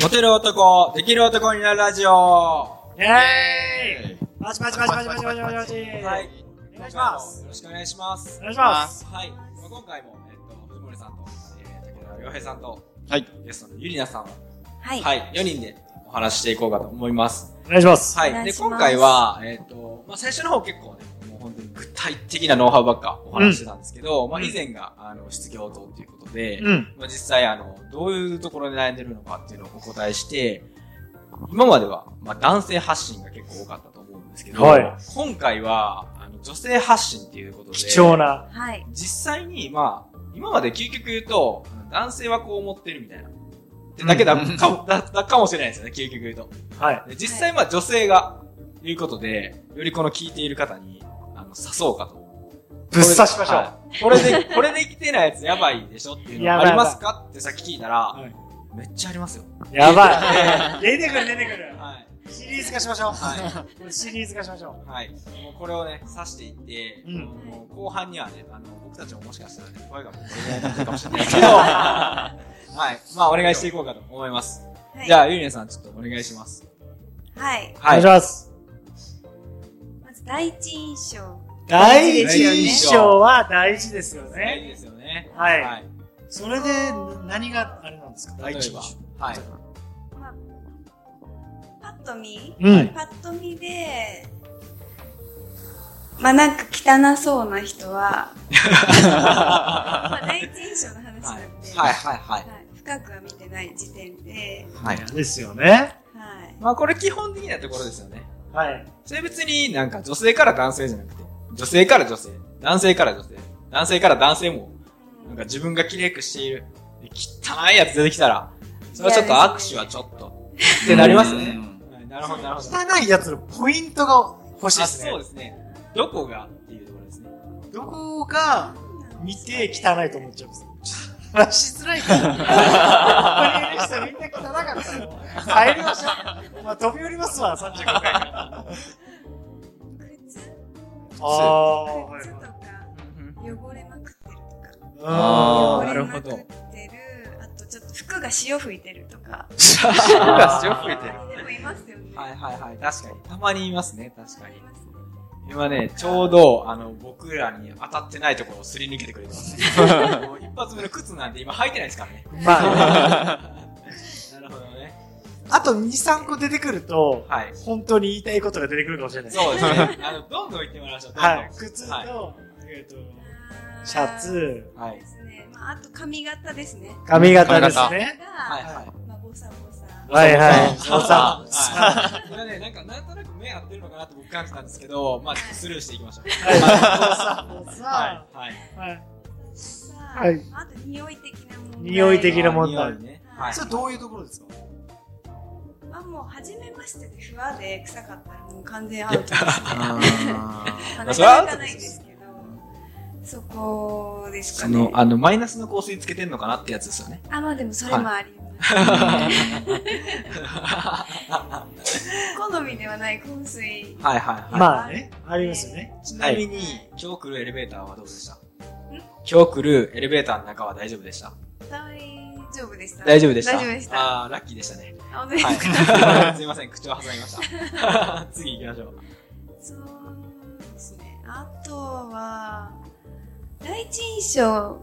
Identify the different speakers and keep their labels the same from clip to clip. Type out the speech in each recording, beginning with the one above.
Speaker 1: モテる男、できる男になるラジオは
Speaker 2: イェーイパチパチパチパチパチパチパチパチ
Speaker 1: い。
Speaker 2: はい。お願いします
Speaker 1: よろしくお願いします
Speaker 2: お。願いします
Speaker 1: はい。まあ今回も、えっと、藤森さんと、えー、武田良平さんと、
Speaker 3: はい。
Speaker 1: ゲストのゆりなさんを、
Speaker 4: はい。
Speaker 1: はい、4人でお話ししていこうかと思います。
Speaker 2: お願いします
Speaker 1: は
Speaker 4: お
Speaker 1: い。
Speaker 4: 願
Speaker 1: で、
Speaker 4: いします
Speaker 1: 今回は、えっ、と、まあ、最初の方結構ね、もう本当に具体的なノウハウばっかお話ししてたんですけど、まあ、以前が、あの、失業等ということで、
Speaker 2: うん。
Speaker 1: まあ、実際、あの、どういうところで悩んでるのかっていうのをお答えして、今までは、まあ、男性発信が結構多かったと思うんですけど、
Speaker 2: はい
Speaker 1: 今回は、あの、女性発信っていうことで、
Speaker 2: 貴重な。
Speaker 4: はい。
Speaker 1: 実際に、まあ、今まで究極言うと、男性はこう思ってるみたいな。ってだけだ、
Speaker 3: うん
Speaker 1: かもだだかもしれないですよね、究極言うと。
Speaker 2: はい。
Speaker 1: で実際まあ女性がいうことで、よりこの聞いている方に、あの、刺そうかと。
Speaker 2: ぶっ刺しましょう。
Speaker 1: はいこれで、これで生きてないやつやばいでしょっていうの
Speaker 2: やば
Speaker 1: あ
Speaker 2: い
Speaker 1: りますかってさっき聞いたら、
Speaker 2: はい
Speaker 1: めっちゃありますよ。
Speaker 2: やばい。出てくる出てくる。
Speaker 1: はい。
Speaker 2: シリーズ化しましょ
Speaker 1: は
Speaker 2: う。シリーズ化しましょ
Speaker 1: い。はい。もうこれをね、刺していって、
Speaker 2: うん
Speaker 1: もう後半にはね、あの、僕たちももしかしたらね、声がもうこれぐらいになってるかもしれない ですけど、はい。まあ、お願いしていこうかと思います。
Speaker 4: はい。
Speaker 1: じゃあ、ゆりねさん、ちょっとお願いします。
Speaker 4: はい。
Speaker 2: う。お願いします。
Speaker 4: まず第一印象。
Speaker 2: 第
Speaker 1: 一
Speaker 2: 一
Speaker 1: 印
Speaker 2: 印
Speaker 1: 象
Speaker 2: 象は大事ですよ
Speaker 1: 大事
Speaker 2: ね。
Speaker 1: ですよね。
Speaker 2: はい
Speaker 1: はい。
Speaker 2: それで、何があれなんですか
Speaker 1: 例えばはい。
Speaker 4: まあ、パッと見
Speaker 2: うん。
Speaker 4: パッと見で、まあなんか汚そうな人は、まあ第一印象の話
Speaker 1: はい
Speaker 4: なんで、
Speaker 1: はいはいはい。
Speaker 4: はい深くは見てない時点で、
Speaker 1: はい。
Speaker 2: ですよね。
Speaker 4: はい。
Speaker 1: まあこれ基本的なところですよね。
Speaker 2: はい。
Speaker 1: それ別になんか女性から男性じゃなくて、女性から女性、男性から女性、男性から男性も、
Speaker 4: うん
Speaker 1: なんか自分が綺麗くしている、汚いやつ出てきたら、それはちょっと握手はちょっと、ってなりますね。はいなるほどなるほど。あ
Speaker 2: 汚いやつのポイントが欲しいですね。
Speaker 1: そうですね。どこがっていうところですね。
Speaker 2: どこが見て汚いと思っちゃうんですよ。話しづらいから。ここにいる人みんな汚かったよ。入りましょう。まあ、飛び降りますわ、35回から。
Speaker 4: 靴
Speaker 2: あ
Speaker 4: 靴とか汚れまくってるとか。
Speaker 1: あー
Speaker 2: あ
Speaker 4: 汚
Speaker 1: な
Speaker 4: れ
Speaker 1: る
Speaker 4: ま
Speaker 1: ほ
Speaker 4: くっ
Speaker 1: ど
Speaker 4: てる。あとちょっと服が潮吹いてるとか。
Speaker 1: 潮が潮吹いてる。
Speaker 4: でもいますよね。
Speaker 1: はいはいはい。確かに。たまにいますね。確かに
Speaker 4: い。ますね
Speaker 1: 今ね、ちょうど、あの、僕らに当たってないところをすり抜けてくれてます。 もう一発目の靴なんて今履いてないですからね。
Speaker 2: まあ、
Speaker 1: なるほどね。
Speaker 2: あと2、3個出てくると、
Speaker 1: はい。
Speaker 2: 本当に言いたいことが出てくるかもしれない。
Speaker 1: そうです ね。あの、どんどん行ってもらいましょう。どんどん
Speaker 2: はい。靴と、
Speaker 1: はい
Speaker 2: えっと、
Speaker 4: あー
Speaker 2: シャ。ツ、
Speaker 1: はい
Speaker 4: で。すね。まあ、あと髪型ですね。
Speaker 2: 髪型ですね。
Speaker 4: が、
Speaker 1: はいはい。
Speaker 4: まあ、ボサボサ。
Speaker 2: はいはい。
Speaker 1: そう
Speaker 2: おさん。
Speaker 1: はい。これはね、なんか、なんとなく目合ってるのかなと僕感じたんですけど、まあ、ちょっとスルーしていきましょう。
Speaker 2: はいおさ
Speaker 1: はい。はい。
Speaker 2: ん。はい。
Speaker 4: さ
Speaker 2: は
Speaker 4: あ
Speaker 2: い
Speaker 4: あと匂い的なもの。
Speaker 2: 匂い的な問題
Speaker 1: あ匂いね。はい。
Speaker 2: それどういうところですか
Speaker 4: まあ、もう、初めましてで、不和で臭かったら、もう完全アウトですね。まあ、な
Speaker 1: それはア
Speaker 4: か
Speaker 1: ウ
Speaker 4: な
Speaker 1: ト
Speaker 4: か
Speaker 1: で
Speaker 4: ない
Speaker 1: す
Speaker 4: ですけど。そこです
Speaker 1: そ
Speaker 4: かね
Speaker 1: の、。あの、マイナスの香水つけてんのかなってやつですよね。
Speaker 4: あ、まあ、でも、それもあり ます。好みではない香水。
Speaker 1: はいはいはい。
Speaker 2: まあね、ありますよね。
Speaker 1: ちなみに、今日来るエレベーターはどうでした今日来るエレベーターの中は大丈夫でした
Speaker 4: 大丈夫でした。
Speaker 1: 大丈夫でした
Speaker 4: 大丈夫でした。あ、
Speaker 1: あーラッキーでしたね。
Speaker 4: 本当ですか。
Speaker 1: はい。すいません、口を挟みま した。次行きましょう。
Speaker 4: そうですね。あとは、第一印象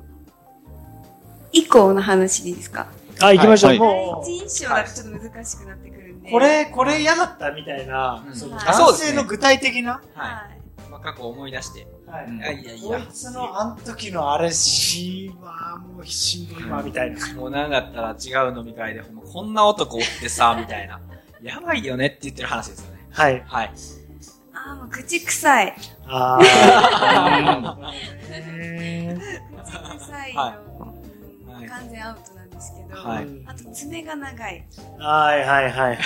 Speaker 4: 以降の話でいいですか
Speaker 2: あ、行きましょ
Speaker 3: は
Speaker 2: う。
Speaker 3: い
Speaker 4: 第
Speaker 2: もう
Speaker 4: 一、印象だとちょっと難しくなってくるんで。
Speaker 2: こ、れ、これ嫌だったみたいな
Speaker 1: う、ん
Speaker 2: その
Speaker 4: はい
Speaker 2: 男性の具体的な、
Speaker 1: は
Speaker 4: はい。
Speaker 1: い。まあ、過去を思い出して。
Speaker 2: はい
Speaker 3: うん
Speaker 1: いやいやい
Speaker 2: こ
Speaker 1: や
Speaker 2: い。つのあの時のあれし、まあもうしんどいわ、みたいな。
Speaker 1: もうなんだったら違う飲み会で、ほんまこんな男おってさ、みたいな。やばいよねって言ってる話ですよね。
Speaker 2: はい。
Speaker 1: はい。
Speaker 4: ああ、もう口臭い。
Speaker 2: あー。
Speaker 4: 口臭いの、
Speaker 1: は
Speaker 4: うん
Speaker 1: はい
Speaker 4: 完全アウトなんですけ ど、
Speaker 1: はい
Speaker 4: あと爪が長い。
Speaker 2: はいはいはい。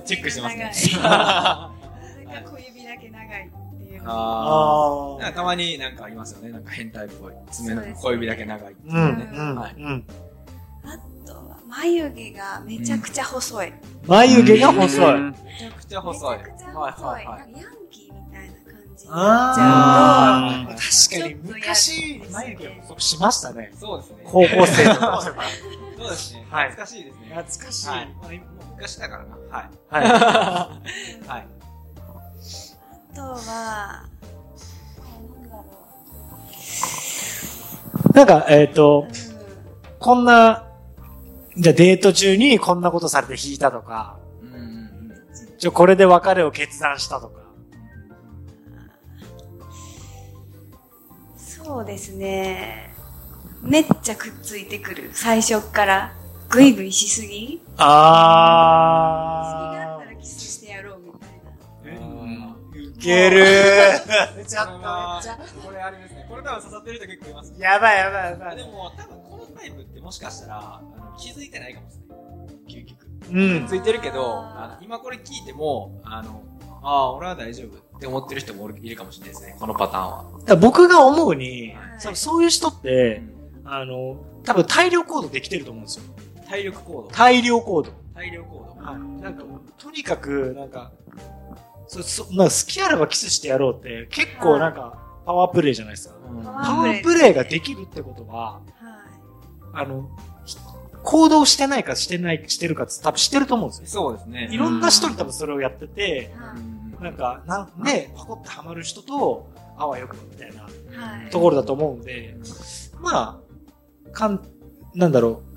Speaker 1: チェックしてますね。
Speaker 4: 爪 が長い。それか小指だけ長いっていうのも。
Speaker 1: あ
Speaker 2: あ
Speaker 1: ー。なんか
Speaker 2: ー。
Speaker 1: たまになんかありますよね。なんか変態っぽい。爪の小指だけ長い。
Speaker 2: うん、うん、
Speaker 1: は
Speaker 2: うん。
Speaker 4: あとは、眉毛がめちゃくちゃ細い。
Speaker 2: 眉毛が細い。
Speaker 1: めちゃくちゃ細い。
Speaker 4: めちゃくちゃ細い。
Speaker 1: はいはいはい。
Speaker 4: なんかヤンキーみたいな感じになっちゃう
Speaker 2: あ
Speaker 3: うん
Speaker 2: あ、確かに昔、眉毛細くしましたね。
Speaker 1: そうですね。
Speaker 2: 高校生と か。
Speaker 1: そうですね。
Speaker 2: はい
Speaker 1: 懐かしいですね。
Speaker 2: 懐かしい。
Speaker 1: はい。まあ今もう昔だからな。はい。
Speaker 2: はい。
Speaker 4: と、
Speaker 1: はい。
Speaker 4: あとは、なんだろ
Speaker 2: なんか、えっ、
Speaker 4: う。
Speaker 2: と
Speaker 4: う、
Speaker 2: こんな、じゃあデート中にこんなことされて引いたとか、
Speaker 1: うんうんうん。
Speaker 2: じゃあこれで別れを決断したとか。
Speaker 4: ん、そうですね。めっちゃくっついてくる。最初っから。ぐいぐいしすぎ好きだ
Speaker 2: あ
Speaker 4: ったらキスしてやろうみたいな。
Speaker 2: ー、いけるー。ちょっとめっちゃ。
Speaker 1: これあれですね。これ多分刺さってる人結構いますね。
Speaker 2: やばいやばいやば
Speaker 1: で
Speaker 2: い。
Speaker 1: も多分このタイプってもしかしたらあの気づいてないかもしれない。究極。
Speaker 2: うん。
Speaker 1: ついてるけど、
Speaker 4: あ
Speaker 1: あ
Speaker 4: ー
Speaker 1: の今これ聞いても、あの、ああ、俺は大丈夫って思ってる人もおるいるかもしれないですね。このパターンは。
Speaker 2: 僕が思うに、多分そういう人っ
Speaker 1: う
Speaker 2: て、
Speaker 1: ん
Speaker 2: あの、多分大量行動できてると思うんですよ。
Speaker 1: 体力行動。
Speaker 2: 大量行動。
Speaker 1: 体力行動。
Speaker 2: はい。なんかもう、とにかく、なんか、そ、そ、なんか好きあればキスしてやろうって、結構なんか、パワープレイじゃないですか。
Speaker 1: うん
Speaker 2: パ
Speaker 4: パ
Speaker 2: ワープレイができるってことは、
Speaker 4: はい。
Speaker 2: あの、ひ行動してないかしてない、してるかって多分してると思うんですよ。
Speaker 1: そうですね。
Speaker 2: いろんな人に多分それをやってて、
Speaker 1: う
Speaker 4: は
Speaker 1: ん
Speaker 2: なんか、なんで、パコってハマる人と、あわよくばみたいな
Speaker 4: はい
Speaker 2: ところだと思うんで、まあ、かん、なんだろう、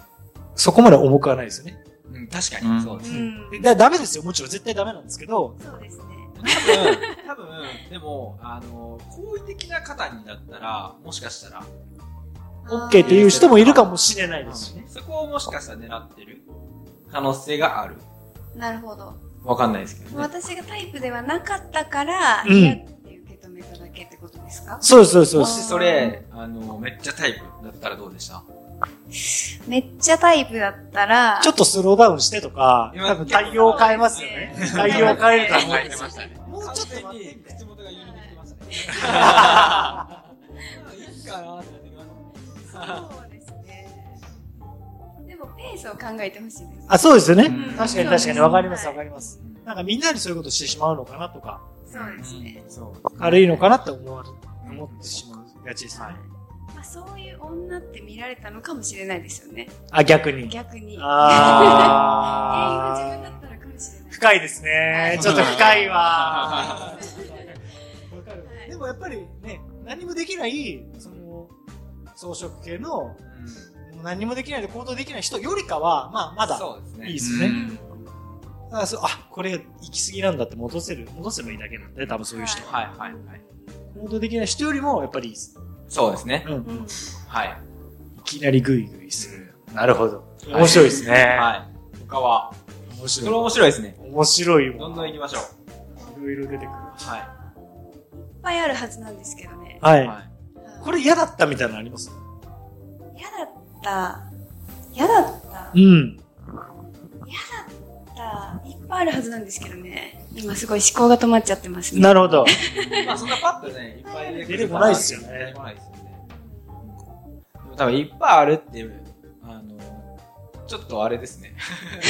Speaker 2: そこまで重くはないですよね。
Speaker 1: うん、確か
Speaker 3: う
Speaker 1: に。
Speaker 3: ん
Speaker 1: そうで
Speaker 4: い。
Speaker 1: す。
Speaker 4: うん。
Speaker 2: だダメですよ、もちろん絶対ダメなんですけど、
Speaker 4: そうですね。
Speaker 1: 多分、多分、でも、あの、好意的な方になったら、もしかしたら、
Speaker 2: OK っていう人もいるかもしれないですしね。
Speaker 1: そこをもしかしたら狙ってる可能性がある。
Speaker 4: なるほど。
Speaker 1: わかんないですけどね。
Speaker 4: 私がタイプではなかったから、
Speaker 2: うん
Speaker 4: 嫌って受け止めただけってことですか
Speaker 2: そうですそうですそう
Speaker 1: も
Speaker 2: です
Speaker 1: しそれ、あの、めっちゃタイプだったらどうでした
Speaker 4: めっちゃタイプだったら、
Speaker 2: ちょっとスローダウンしてとか、
Speaker 1: 今
Speaker 2: 多分対応変えますよね。対応変えると思
Speaker 1: 考
Speaker 2: う
Speaker 1: えて
Speaker 2: んです
Speaker 1: ま
Speaker 2: よ
Speaker 1: し。たね。
Speaker 2: もうちょっと待ってみたいな
Speaker 1: 口元が緩んできてましたね。いいかなってなってきまし
Speaker 4: そうですね。でもペースを考えてほしいです。
Speaker 2: あ、そうですよね。
Speaker 1: うん
Speaker 2: 確かに確かにわかります
Speaker 4: は
Speaker 2: わ
Speaker 4: い
Speaker 2: かります。
Speaker 1: た
Speaker 2: なんかみんなにそういうことしてしまうのかなとか、
Speaker 4: そうですね。。
Speaker 1: そう。
Speaker 2: 軽いのかなって思われ、思ってしまうがちですね。
Speaker 4: まあ、そういう女って見られたのかもしれないですよね。
Speaker 2: あ、逆に。
Speaker 4: 逆に。っていう自分だ
Speaker 2: あ
Speaker 4: ったらかもしれない。
Speaker 2: 深いですね。ちょっと深いわ。でもやっぱりね、何もできない、その、装飾系の、もう何もできないで行動できない人よりかは、まあ、まだ
Speaker 1: そうですね。
Speaker 2: いいで
Speaker 1: です
Speaker 2: よ
Speaker 3: う
Speaker 2: ね。
Speaker 3: ん
Speaker 2: あそうあ、これ行き過ぎなんだって戻せる、戻せばいいだけなんで、多分そういう人は。
Speaker 1: はいはいはい。
Speaker 2: 行動できない人よりも、やっぱりいいです。
Speaker 1: そうですね。
Speaker 2: うん。
Speaker 4: うん。
Speaker 1: はい。
Speaker 2: いきなりグイグイする。なるほど。面白いですね。
Speaker 1: はい。他は、
Speaker 2: 面
Speaker 1: それ
Speaker 2: 白い。
Speaker 1: 面白いですね。
Speaker 2: 面白い
Speaker 1: ど
Speaker 2: も
Speaker 1: んどん行きましょう。
Speaker 2: いろいろ出てくる。
Speaker 1: はい。
Speaker 4: っぱいあるはずなんですけどね。
Speaker 2: はいい。
Speaker 1: はい
Speaker 2: これ嫌だったみたいなのあります
Speaker 4: 嫌だった。嫌だった。
Speaker 2: ん。
Speaker 4: いっぱいあるはずなんですけどね。今すごい思考が止まっちゃってますね。
Speaker 2: なるほど。
Speaker 1: まあそんなパッとね、いっぱい
Speaker 2: 出てこないっすよね
Speaker 1: 出てこないっすよね。でも多分いっぱいあるっていう、あの、ちょっとあれ ですね。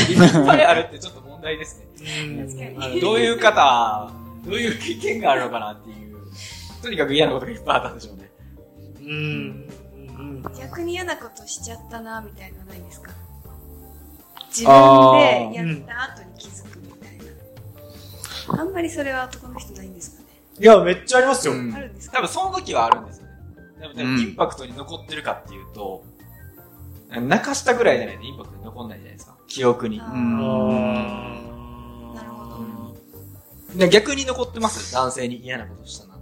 Speaker 1: いっぱいあるってちょっと問題ですね。
Speaker 4: 確かに
Speaker 1: あのどういう方、どういう経験があるのかなっていう、とにかく嫌なことがいっぱいあったんでしょうね。
Speaker 2: うん。うん
Speaker 4: 逆に嫌なことしちゃったな、みたいなのないですか自分でやった後に気づくみたいな。あんまりそれは男の人ないんですかね。
Speaker 2: いや、めっちゃありますよ。
Speaker 4: あるんですか
Speaker 1: 多分その時はあるんですよね。多分多
Speaker 3: うん
Speaker 1: 分インパクトに残ってるかっていうと、泣かしたぐらいじゃないとインパクトに残んないじゃないですか。記憶に。
Speaker 4: あ
Speaker 2: あー
Speaker 4: なるほど
Speaker 1: で逆に残ってます男性に嫌なことした な。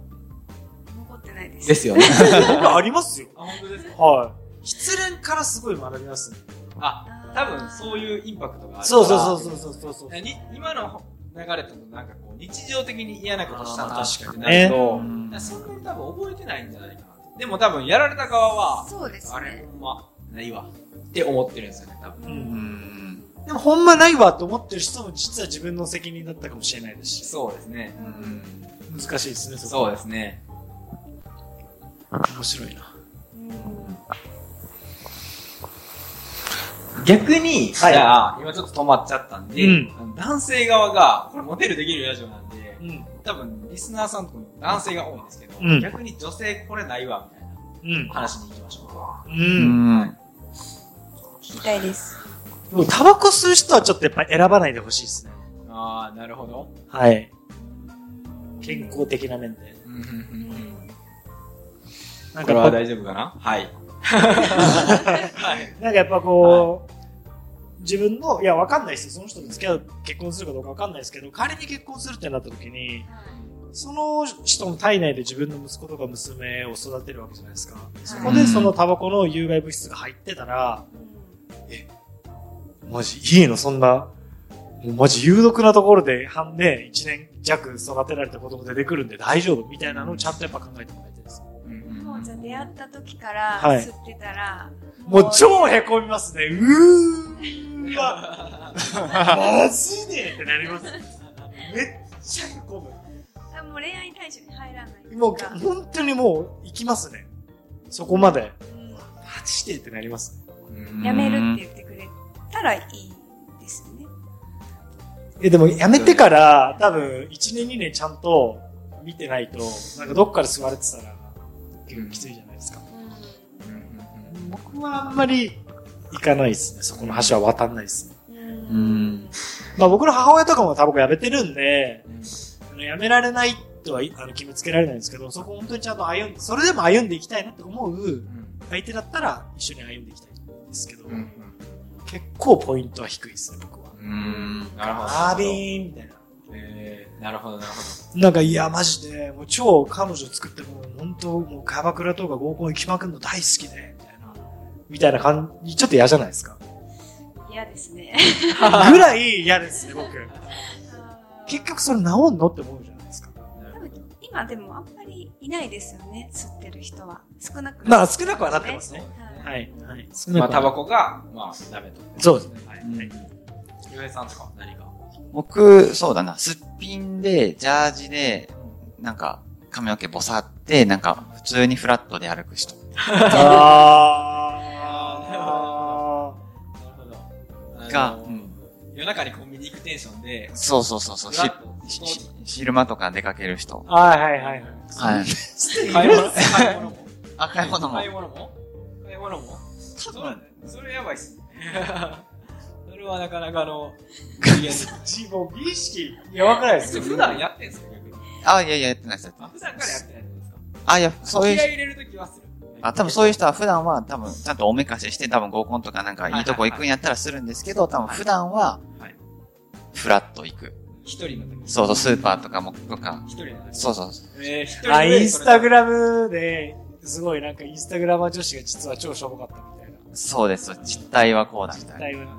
Speaker 4: 残ってないです。
Speaker 1: ですよね。
Speaker 2: いやありますよ。
Speaker 1: あ、本当ですか
Speaker 2: はい。失恋からすごい学びますね。
Speaker 1: あ、
Speaker 4: あー
Speaker 1: 多分そういうインパクトがあるから。
Speaker 2: そうそうそうそうそうそう。
Speaker 1: に今の流れとなんかこう日常的に嫌なことした
Speaker 2: あ
Speaker 1: な
Speaker 2: ー
Speaker 1: 確
Speaker 2: 確
Speaker 1: か
Speaker 2: か
Speaker 1: に
Speaker 2: に
Speaker 1: なる
Speaker 4: う
Speaker 1: と、
Speaker 4: ん
Speaker 1: そんなに多分覚えてないんじゃないかなってでも多分やられた側は、
Speaker 4: そうです
Speaker 1: あれ
Speaker 4: ね。
Speaker 1: ほんまないわって思ってるんですよね多分
Speaker 4: う
Speaker 2: うん
Speaker 3: うん
Speaker 2: でもほんまないわと思ってる人も実は自分の責任だったかもしれないですし、
Speaker 1: そうですね
Speaker 3: うん
Speaker 2: 難しいですね、こ
Speaker 1: そうですね
Speaker 2: 面白いな。
Speaker 4: うん
Speaker 1: 逆に、
Speaker 2: はい
Speaker 1: じゃあ今ちょっと止まっちゃったんで、
Speaker 2: うん
Speaker 1: あの男性側がこれモデルできるラジオなんで
Speaker 2: うん。
Speaker 1: 多分リスナーさんとかも男性が多いんですけど、
Speaker 2: うん
Speaker 1: 逆に女性これないわ、みたいな
Speaker 2: うん。
Speaker 1: 話に行きましょ
Speaker 2: う。
Speaker 3: うんん。
Speaker 4: 聞きたいです。
Speaker 2: もうタバコ吸う人はちょっとやっぱり選ばないでほしいですね。
Speaker 1: う。ああ、なるほど。
Speaker 2: はい。健康的な面で。
Speaker 1: うんうんうんうん
Speaker 2: なん
Speaker 1: こ
Speaker 2: か
Speaker 1: れ
Speaker 2: や
Speaker 1: は
Speaker 2: っぱ、
Speaker 1: 大丈夫かなはい。
Speaker 2: なんかやっぱこう、自分の、いや、わかんないですよ。その人と付き合う、結婚するかどうかわかんないですけど、仮に結婚するってなった時に、その人の体内で自分の息子とか娘を育てるわけじゃないですか。そこでそのタバコの有害物質が入ってたら、マジいいのそんな、もうマジ有毒なところで半年、1年弱育てられた子供出てくるんで大丈夫みたいなのをちゃんとやっぱ考えてもらいたいです。
Speaker 1: うんうん
Speaker 4: もうじゃあ出会った時か
Speaker 2: はい
Speaker 4: ら吸ってたら、
Speaker 2: もう超へこみますね。うーわ、マジでってなります。めっちゃへこ
Speaker 4: あもう恋愛対象に入らないとか。
Speaker 2: む。もう本当にもう行きますね。そこまで。
Speaker 4: う
Speaker 2: マジでってなります。
Speaker 4: んやめるって言ってくれたらいいですよね。
Speaker 2: え、でもやめてから多分1年2年ちゃんと見てないと、なんかどっから吸われてたら結構きついじゃないですか。
Speaker 1: うんうんうん
Speaker 2: 僕はあんまり行かないですね。そこの橋は渡んないですね。
Speaker 4: うん
Speaker 3: ん
Speaker 2: まあ僕の母親とかもタバコやめてるんで、
Speaker 1: うん
Speaker 2: あのやめられないとはいあの決めつけられないんですけど、そこ本当にちゃんと歩んで、それでも歩んでいきたいなと思う相手だったら一緒に歩んでいきたいんですけど、
Speaker 1: うんうん
Speaker 2: 結構ポイントは低いですね、僕は。
Speaker 1: うんなるほど。
Speaker 2: アービーンみたいな。
Speaker 1: えーなるほど、なるほ
Speaker 2: なんかいや、マジで、もう超彼女作っても、本当もうキャバクラとか合コン行きまくるの大好きで、みたいな。みたいな感じ、ちょっと嫌じゃないですか。
Speaker 4: 嫌ですね。
Speaker 2: ぐらい嫌ですね、僕。結局それ治んのって思うじゃないですか。
Speaker 4: 多分今でもあんまりいないですよね、吸ってる人は。少なく
Speaker 2: まあ
Speaker 4: て
Speaker 2: 少なくはなってます
Speaker 1: ど。
Speaker 2: ね。
Speaker 4: はい
Speaker 2: い。はい。少
Speaker 1: まあ、タバ
Speaker 2: コ。
Speaker 1: コが、まあ、ダメと。
Speaker 2: そうですね。は
Speaker 3: うん
Speaker 2: い。
Speaker 1: ゆえさんとか何か。
Speaker 3: 僕、そうだな、すっぴんで、ジャージで、なんか、髪の毛ぼさって、なんか、普通にフラットで歩く人。
Speaker 2: あ
Speaker 1: なるほど。
Speaker 3: が
Speaker 1: あの
Speaker 3: うん
Speaker 1: 夜中にコンビニ行くテンションで、
Speaker 3: そうそうそうそう、
Speaker 1: フ
Speaker 3: し
Speaker 1: ラッと
Speaker 3: しし昼間とか出かける人
Speaker 2: ー。。はいはいはい。
Speaker 3: はい。
Speaker 1: 買い物買い物も
Speaker 3: 赤いものも
Speaker 1: 買い。物も買い物も
Speaker 3: 多
Speaker 1: そう
Speaker 3: 分
Speaker 1: なんだよ。それやばいっすね。 それはなかなかあ の、次元です
Speaker 2: 自分美意識、やばくないですか
Speaker 1: 普段やってんすか逆に。
Speaker 3: あ、いやいや、やってないです。やってな
Speaker 1: あ
Speaker 3: い
Speaker 1: 普段からやってないってことですか
Speaker 3: あ、いや、そういう
Speaker 1: 気合
Speaker 3: 人
Speaker 1: い、入れるときはする。
Speaker 3: あ、多分そういう人は普段は多分ちゃんとおめかしして多分合コンとかなんかいいとこ行くんやったらするんですけど、多分普段は
Speaker 1: はい、
Speaker 3: フラッと行く。
Speaker 1: 一人の時。
Speaker 3: そうそう、スーパーとかも、とか。
Speaker 1: 一人の時。
Speaker 3: そうそう。
Speaker 1: えー一人で
Speaker 2: あ、インスタグ
Speaker 1: ラ
Speaker 2: ラムで、すごいなんかインスタグラマー女子が実は超しょぼかったみたいな。
Speaker 3: そうです。実態はこうだみたいな。
Speaker 2: だいぶな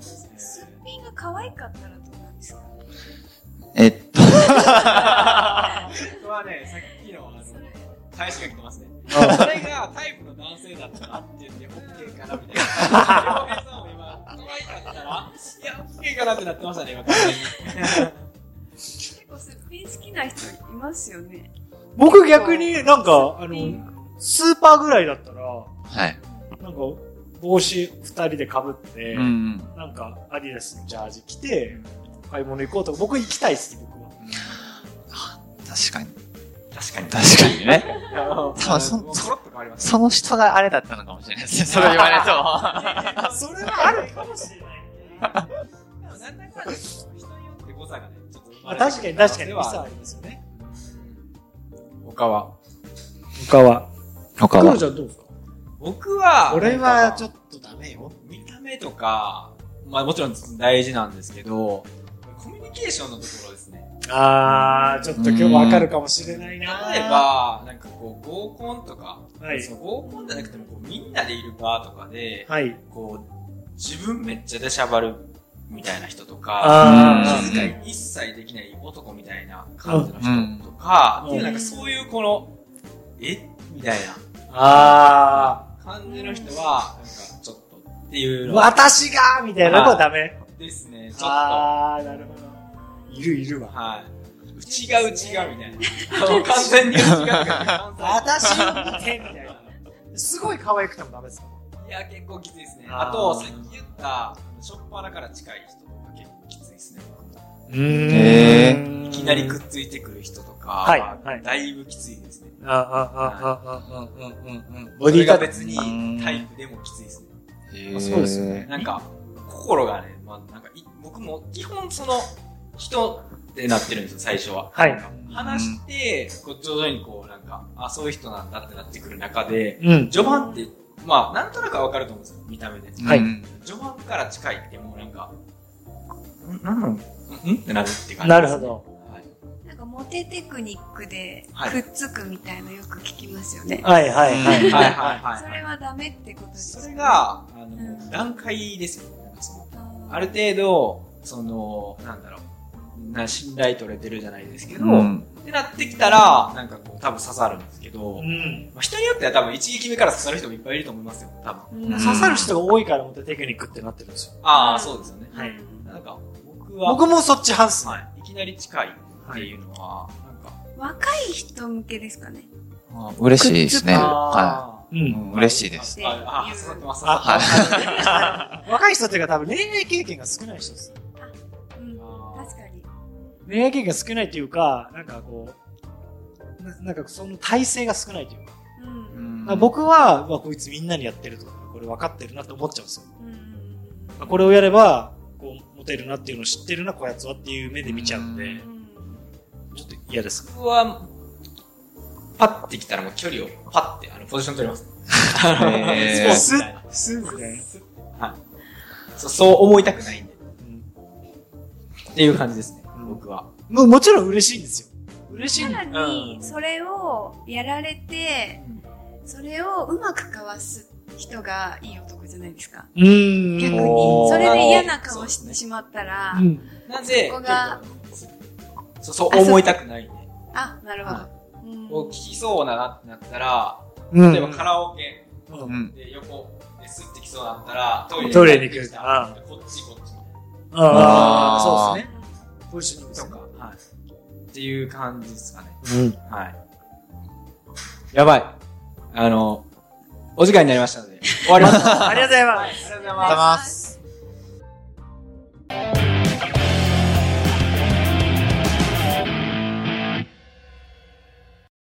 Speaker 4: すっぴんが可愛かったらどうなんですか
Speaker 3: えっと、
Speaker 1: 僕はね、さっきの、あの、返しが来て ますね。そ
Speaker 2: あ
Speaker 1: れがタイプの男性だったらって言って、OK かなみたいな。洋平さんも今、可愛かったら、いや、OK かなってなってましたね、今、完全に。
Speaker 4: 結構すっぴん好きな人いますよね。
Speaker 2: 僕逆になんか、あ
Speaker 4: すっぴ
Speaker 2: の、
Speaker 4: ん
Speaker 2: スーパーぐらいだったら、
Speaker 3: はい。
Speaker 2: なんか、帽子二人で被って、
Speaker 3: うんうん。
Speaker 2: なんか、アディダスのジャージ着て、買い物行こうとか、僕行きたいっす、僕は。
Speaker 3: 確かに。
Speaker 1: 確かに。
Speaker 3: 確かにね。多分そ
Speaker 1: もうコロッと変わります。
Speaker 3: その人があれだったのかもしれないですね。それ言われても。
Speaker 2: あ それはあるかもしれない。
Speaker 1: でもなんだかんだ人によって誤差がね、ちょっと生ま
Speaker 2: まあ、
Speaker 1: れてくる
Speaker 2: 確かに確かに、
Speaker 1: で
Speaker 2: ミ
Speaker 1: は
Speaker 2: スはありますよね。
Speaker 1: 他は
Speaker 2: 他は。
Speaker 3: 他
Speaker 2: 黒ちゃんどうですか
Speaker 1: 僕は、
Speaker 2: 俺はちょ
Speaker 1: っ
Speaker 2: っとダメよ
Speaker 1: と。、見た目とか、まあもちろん大事なんですけど、コミュニケーションのところですね。
Speaker 2: あー、ちょっと今日わかるかもしれない
Speaker 1: 例え
Speaker 2: な。、
Speaker 1: ば、なんかこう、合コンとか、
Speaker 2: はい
Speaker 1: その合コンじゃなくてもこう、みんなでいる場とかで、
Speaker 2: はい。
Speaker 1: こう、自分めっちゃ出しゃばるみたいな人とか、
Speaker 2: あ
Speaker 1: 気遣い一切できない男みたいな感じの人とか、
Speaker 2: うん
Speaker 1: っていうなんかそういうこの、えみたいな
Speaker 2: ー。あ
Speaker 1: 感じの人は、なんかちょっとっていう
Speaker 2: ー。
Speaker 1: の
Speaker 2: 私がみたいなのはダメ。
Speaker 1: ですね、ちょっと。は
Speaker 2: あー、なるほど。いるいるわ。
Speaker 1: い。内が内がみたいな。もう完全に内がみたいな。
Speaker 2: 私を見てみたいな。すごい可愛くてもダメですか
Speaker 1: いや、結構きついですね。
Speaker 2: あー
Speaker 1: あと、さっき言った、しょっぱなから近い人とか結構きついですね。
Speaker 2: うーん
Speaker 3: へ
Speaker 1: いきなりくっついてくる人とか
Speaker 2: はい
Speaker 1: は、
Speaker 2: はい
Speaker 1: だいぶきついですね。
Speaker 2: あ、あ、あ、あ、あ、うん、うん、うん。
Speaker 1: ボディが
Speaker 2: タッ
Speaker 1: 別
Speaker 2: チ
Speaker 1: にタイプでもきついですね。
Speaker 3: へー
Speaker 2: そうですよね
Speaker 1: なんか、心がね、まあ、なんかい、僕も基本その、人ってなってるんですよ、最初は。
Speaker 2: はい
Speaker 1: なんか話して、こう徐々にこう、なんか、あ、そういう人なんだってなってくる中で、
Speaker 2: うん。
Speaker 1: 序盤って、まあ、なんとなくはわかると思うんですよ、見た目で。
Speaker 2: はい
Speaker 3: うん
Speaker 1: 序盤から近いって、もうなんか、ん、なんなんんんってなるって感じ。
Speaker 2: なるほ。ど。
Speaker 1: はい。
Speaker 4: なんかモテテクニックで
Speaker 1: はい
Speaker 4: くっつくみたいのよく聞きますよね。
Speaker 2: はい、は
Speaker 1: は
Speaker 2: い、はい。
Speaker 1: いはいはい。
Speaker 4: それはダメってことですか
Speaker 1: それ、が、あの、
Speaker 4: ん
Speaker 1: 段階ですよね。なんかその
Speaker 4: あー
Speaker 1: ある程度、その、なんだろう、な信頼取れてるじゃないですけど、
Speaker 3: うん
Speaker 1: ってなってきたら、なんかこう、多分刺さるんですけど、
Speaker 2: うん。
Speaker 1: まあ、人によっては多分一撃目から刺さる人もいっぱいいると思いますよ、多分。
Speaker 4: うん
Speaker 2: 刺さる人が多いから、本当にテクニックってなってるんですよ。
Speaker 1: ああ、そうですよね。
Speaker 2: はい
Speaker 1: なんか、僕は、
Speaker 2: 僕もそっち半数。
Speaker 1: はい、いきなり近いっていうのは、なんか、
Speaker 4: 若い人向けですかね。
Speaker 3: あ嬉しいですね。は
Speaker 1: あ
Speaker 2: う
Speaker 3: い。
Speaker 2: ん。
Speaker 3: うん嬉しいです。
Speaker 1: ーあー、刺さってます。
Speaker 2: あ、
Speaker 1: 刺さってます
Speaker 2: はい。 若い人っていうか多分恋愛経験が少ない人です。
Speaker 4: うん、
Speaker 1: あ
Speaker 4: 確かに。
Speaker 2: 恋愛経験が少ないというか、なんかこう、ななんかその体制が少ないというか。
Speaker 4: う。
Speaker 1: ーうんん
Speaker 2: だから僕は、うわ、こいつみんなにやってるとか、これ分かってるなって思っちゃうんですよ。
Speaker 4: うん。
Speaker 2: あこれをやれば、こう、モテるなっていうのを知ってるな、こやつはっていう目で見ちゃうん
Speaker 3: う
Speaker 2: で
Speaker 4: う、ん
Speaker 2: ちょっと嫌 です。
Speaker 1: 僕は、パッて来たらもう距離をパッて、あの、ポジション取ります。
Speaker 3: へー
Speaker 1: スッ
Speaker 2: すぐね。
Speaker 1: スッはい。そう、そう思いたくないんで。
Speaker 2: うん
Speaker 1: っていう感じですね、
Speaker 2: うん
Speaker 1: 僕は。
Speaker 2: もうもちろん嬉しいんですよ。嬉しい
Speaker 4: さ
Speaker 2: んだ
Speaker 4: らに、それをやられて、それをうまくかわす人がいい男じゃないですか。
Speaker 2: うーん。
Speaker 4: 逆
Speaker 3: お
Speaker 4: に。
Speaker 3: ー
Speaker 4: それで嫌な顔
Speaker 1: そうで
Speaker 4: し
Speaker 1: すね
Speaker 4: てしまったら、
Speaker 2: うん。
Speaker 1: なぜ、
Speaker 4: そこが
Speaker 1: そう、そう思いたくないんで。
Speaker 4: あ、なるほ
Speaker 1: は
Speaker 4: ど。うん
Speaker 1: こう聞きそうだなってなったら、
Speaker 2: うん
Speaker 1: 例えばカラオケ
Speaker 2: う。
Speaker 3: うんん。
Speaker 1: で横でスッてきそうだったら、トイレ
Speaker 2: トイレに
Speaker 1: 帰ってき
Speaker 2: 行くあ
Speaker 1: た
Speaker 2: あ
Speaker 1: こっちこっちみ
Speaker 2: ああ、
Speaker 3: あ
Speaker 2: そ
Speaker 3: ー
Speaker 2: うですね。ポジショニング
Speaker 1: たいな。とか、はい。っていう感じですかね。
Speaker 2: うん。
Speaker 1: はい。やばい。あの、お時間になりましたので、終わります。
Speaker 2: ありがとうございます。
Speaker 1: ありがとうござい
Speaker 4: ありがとうございます。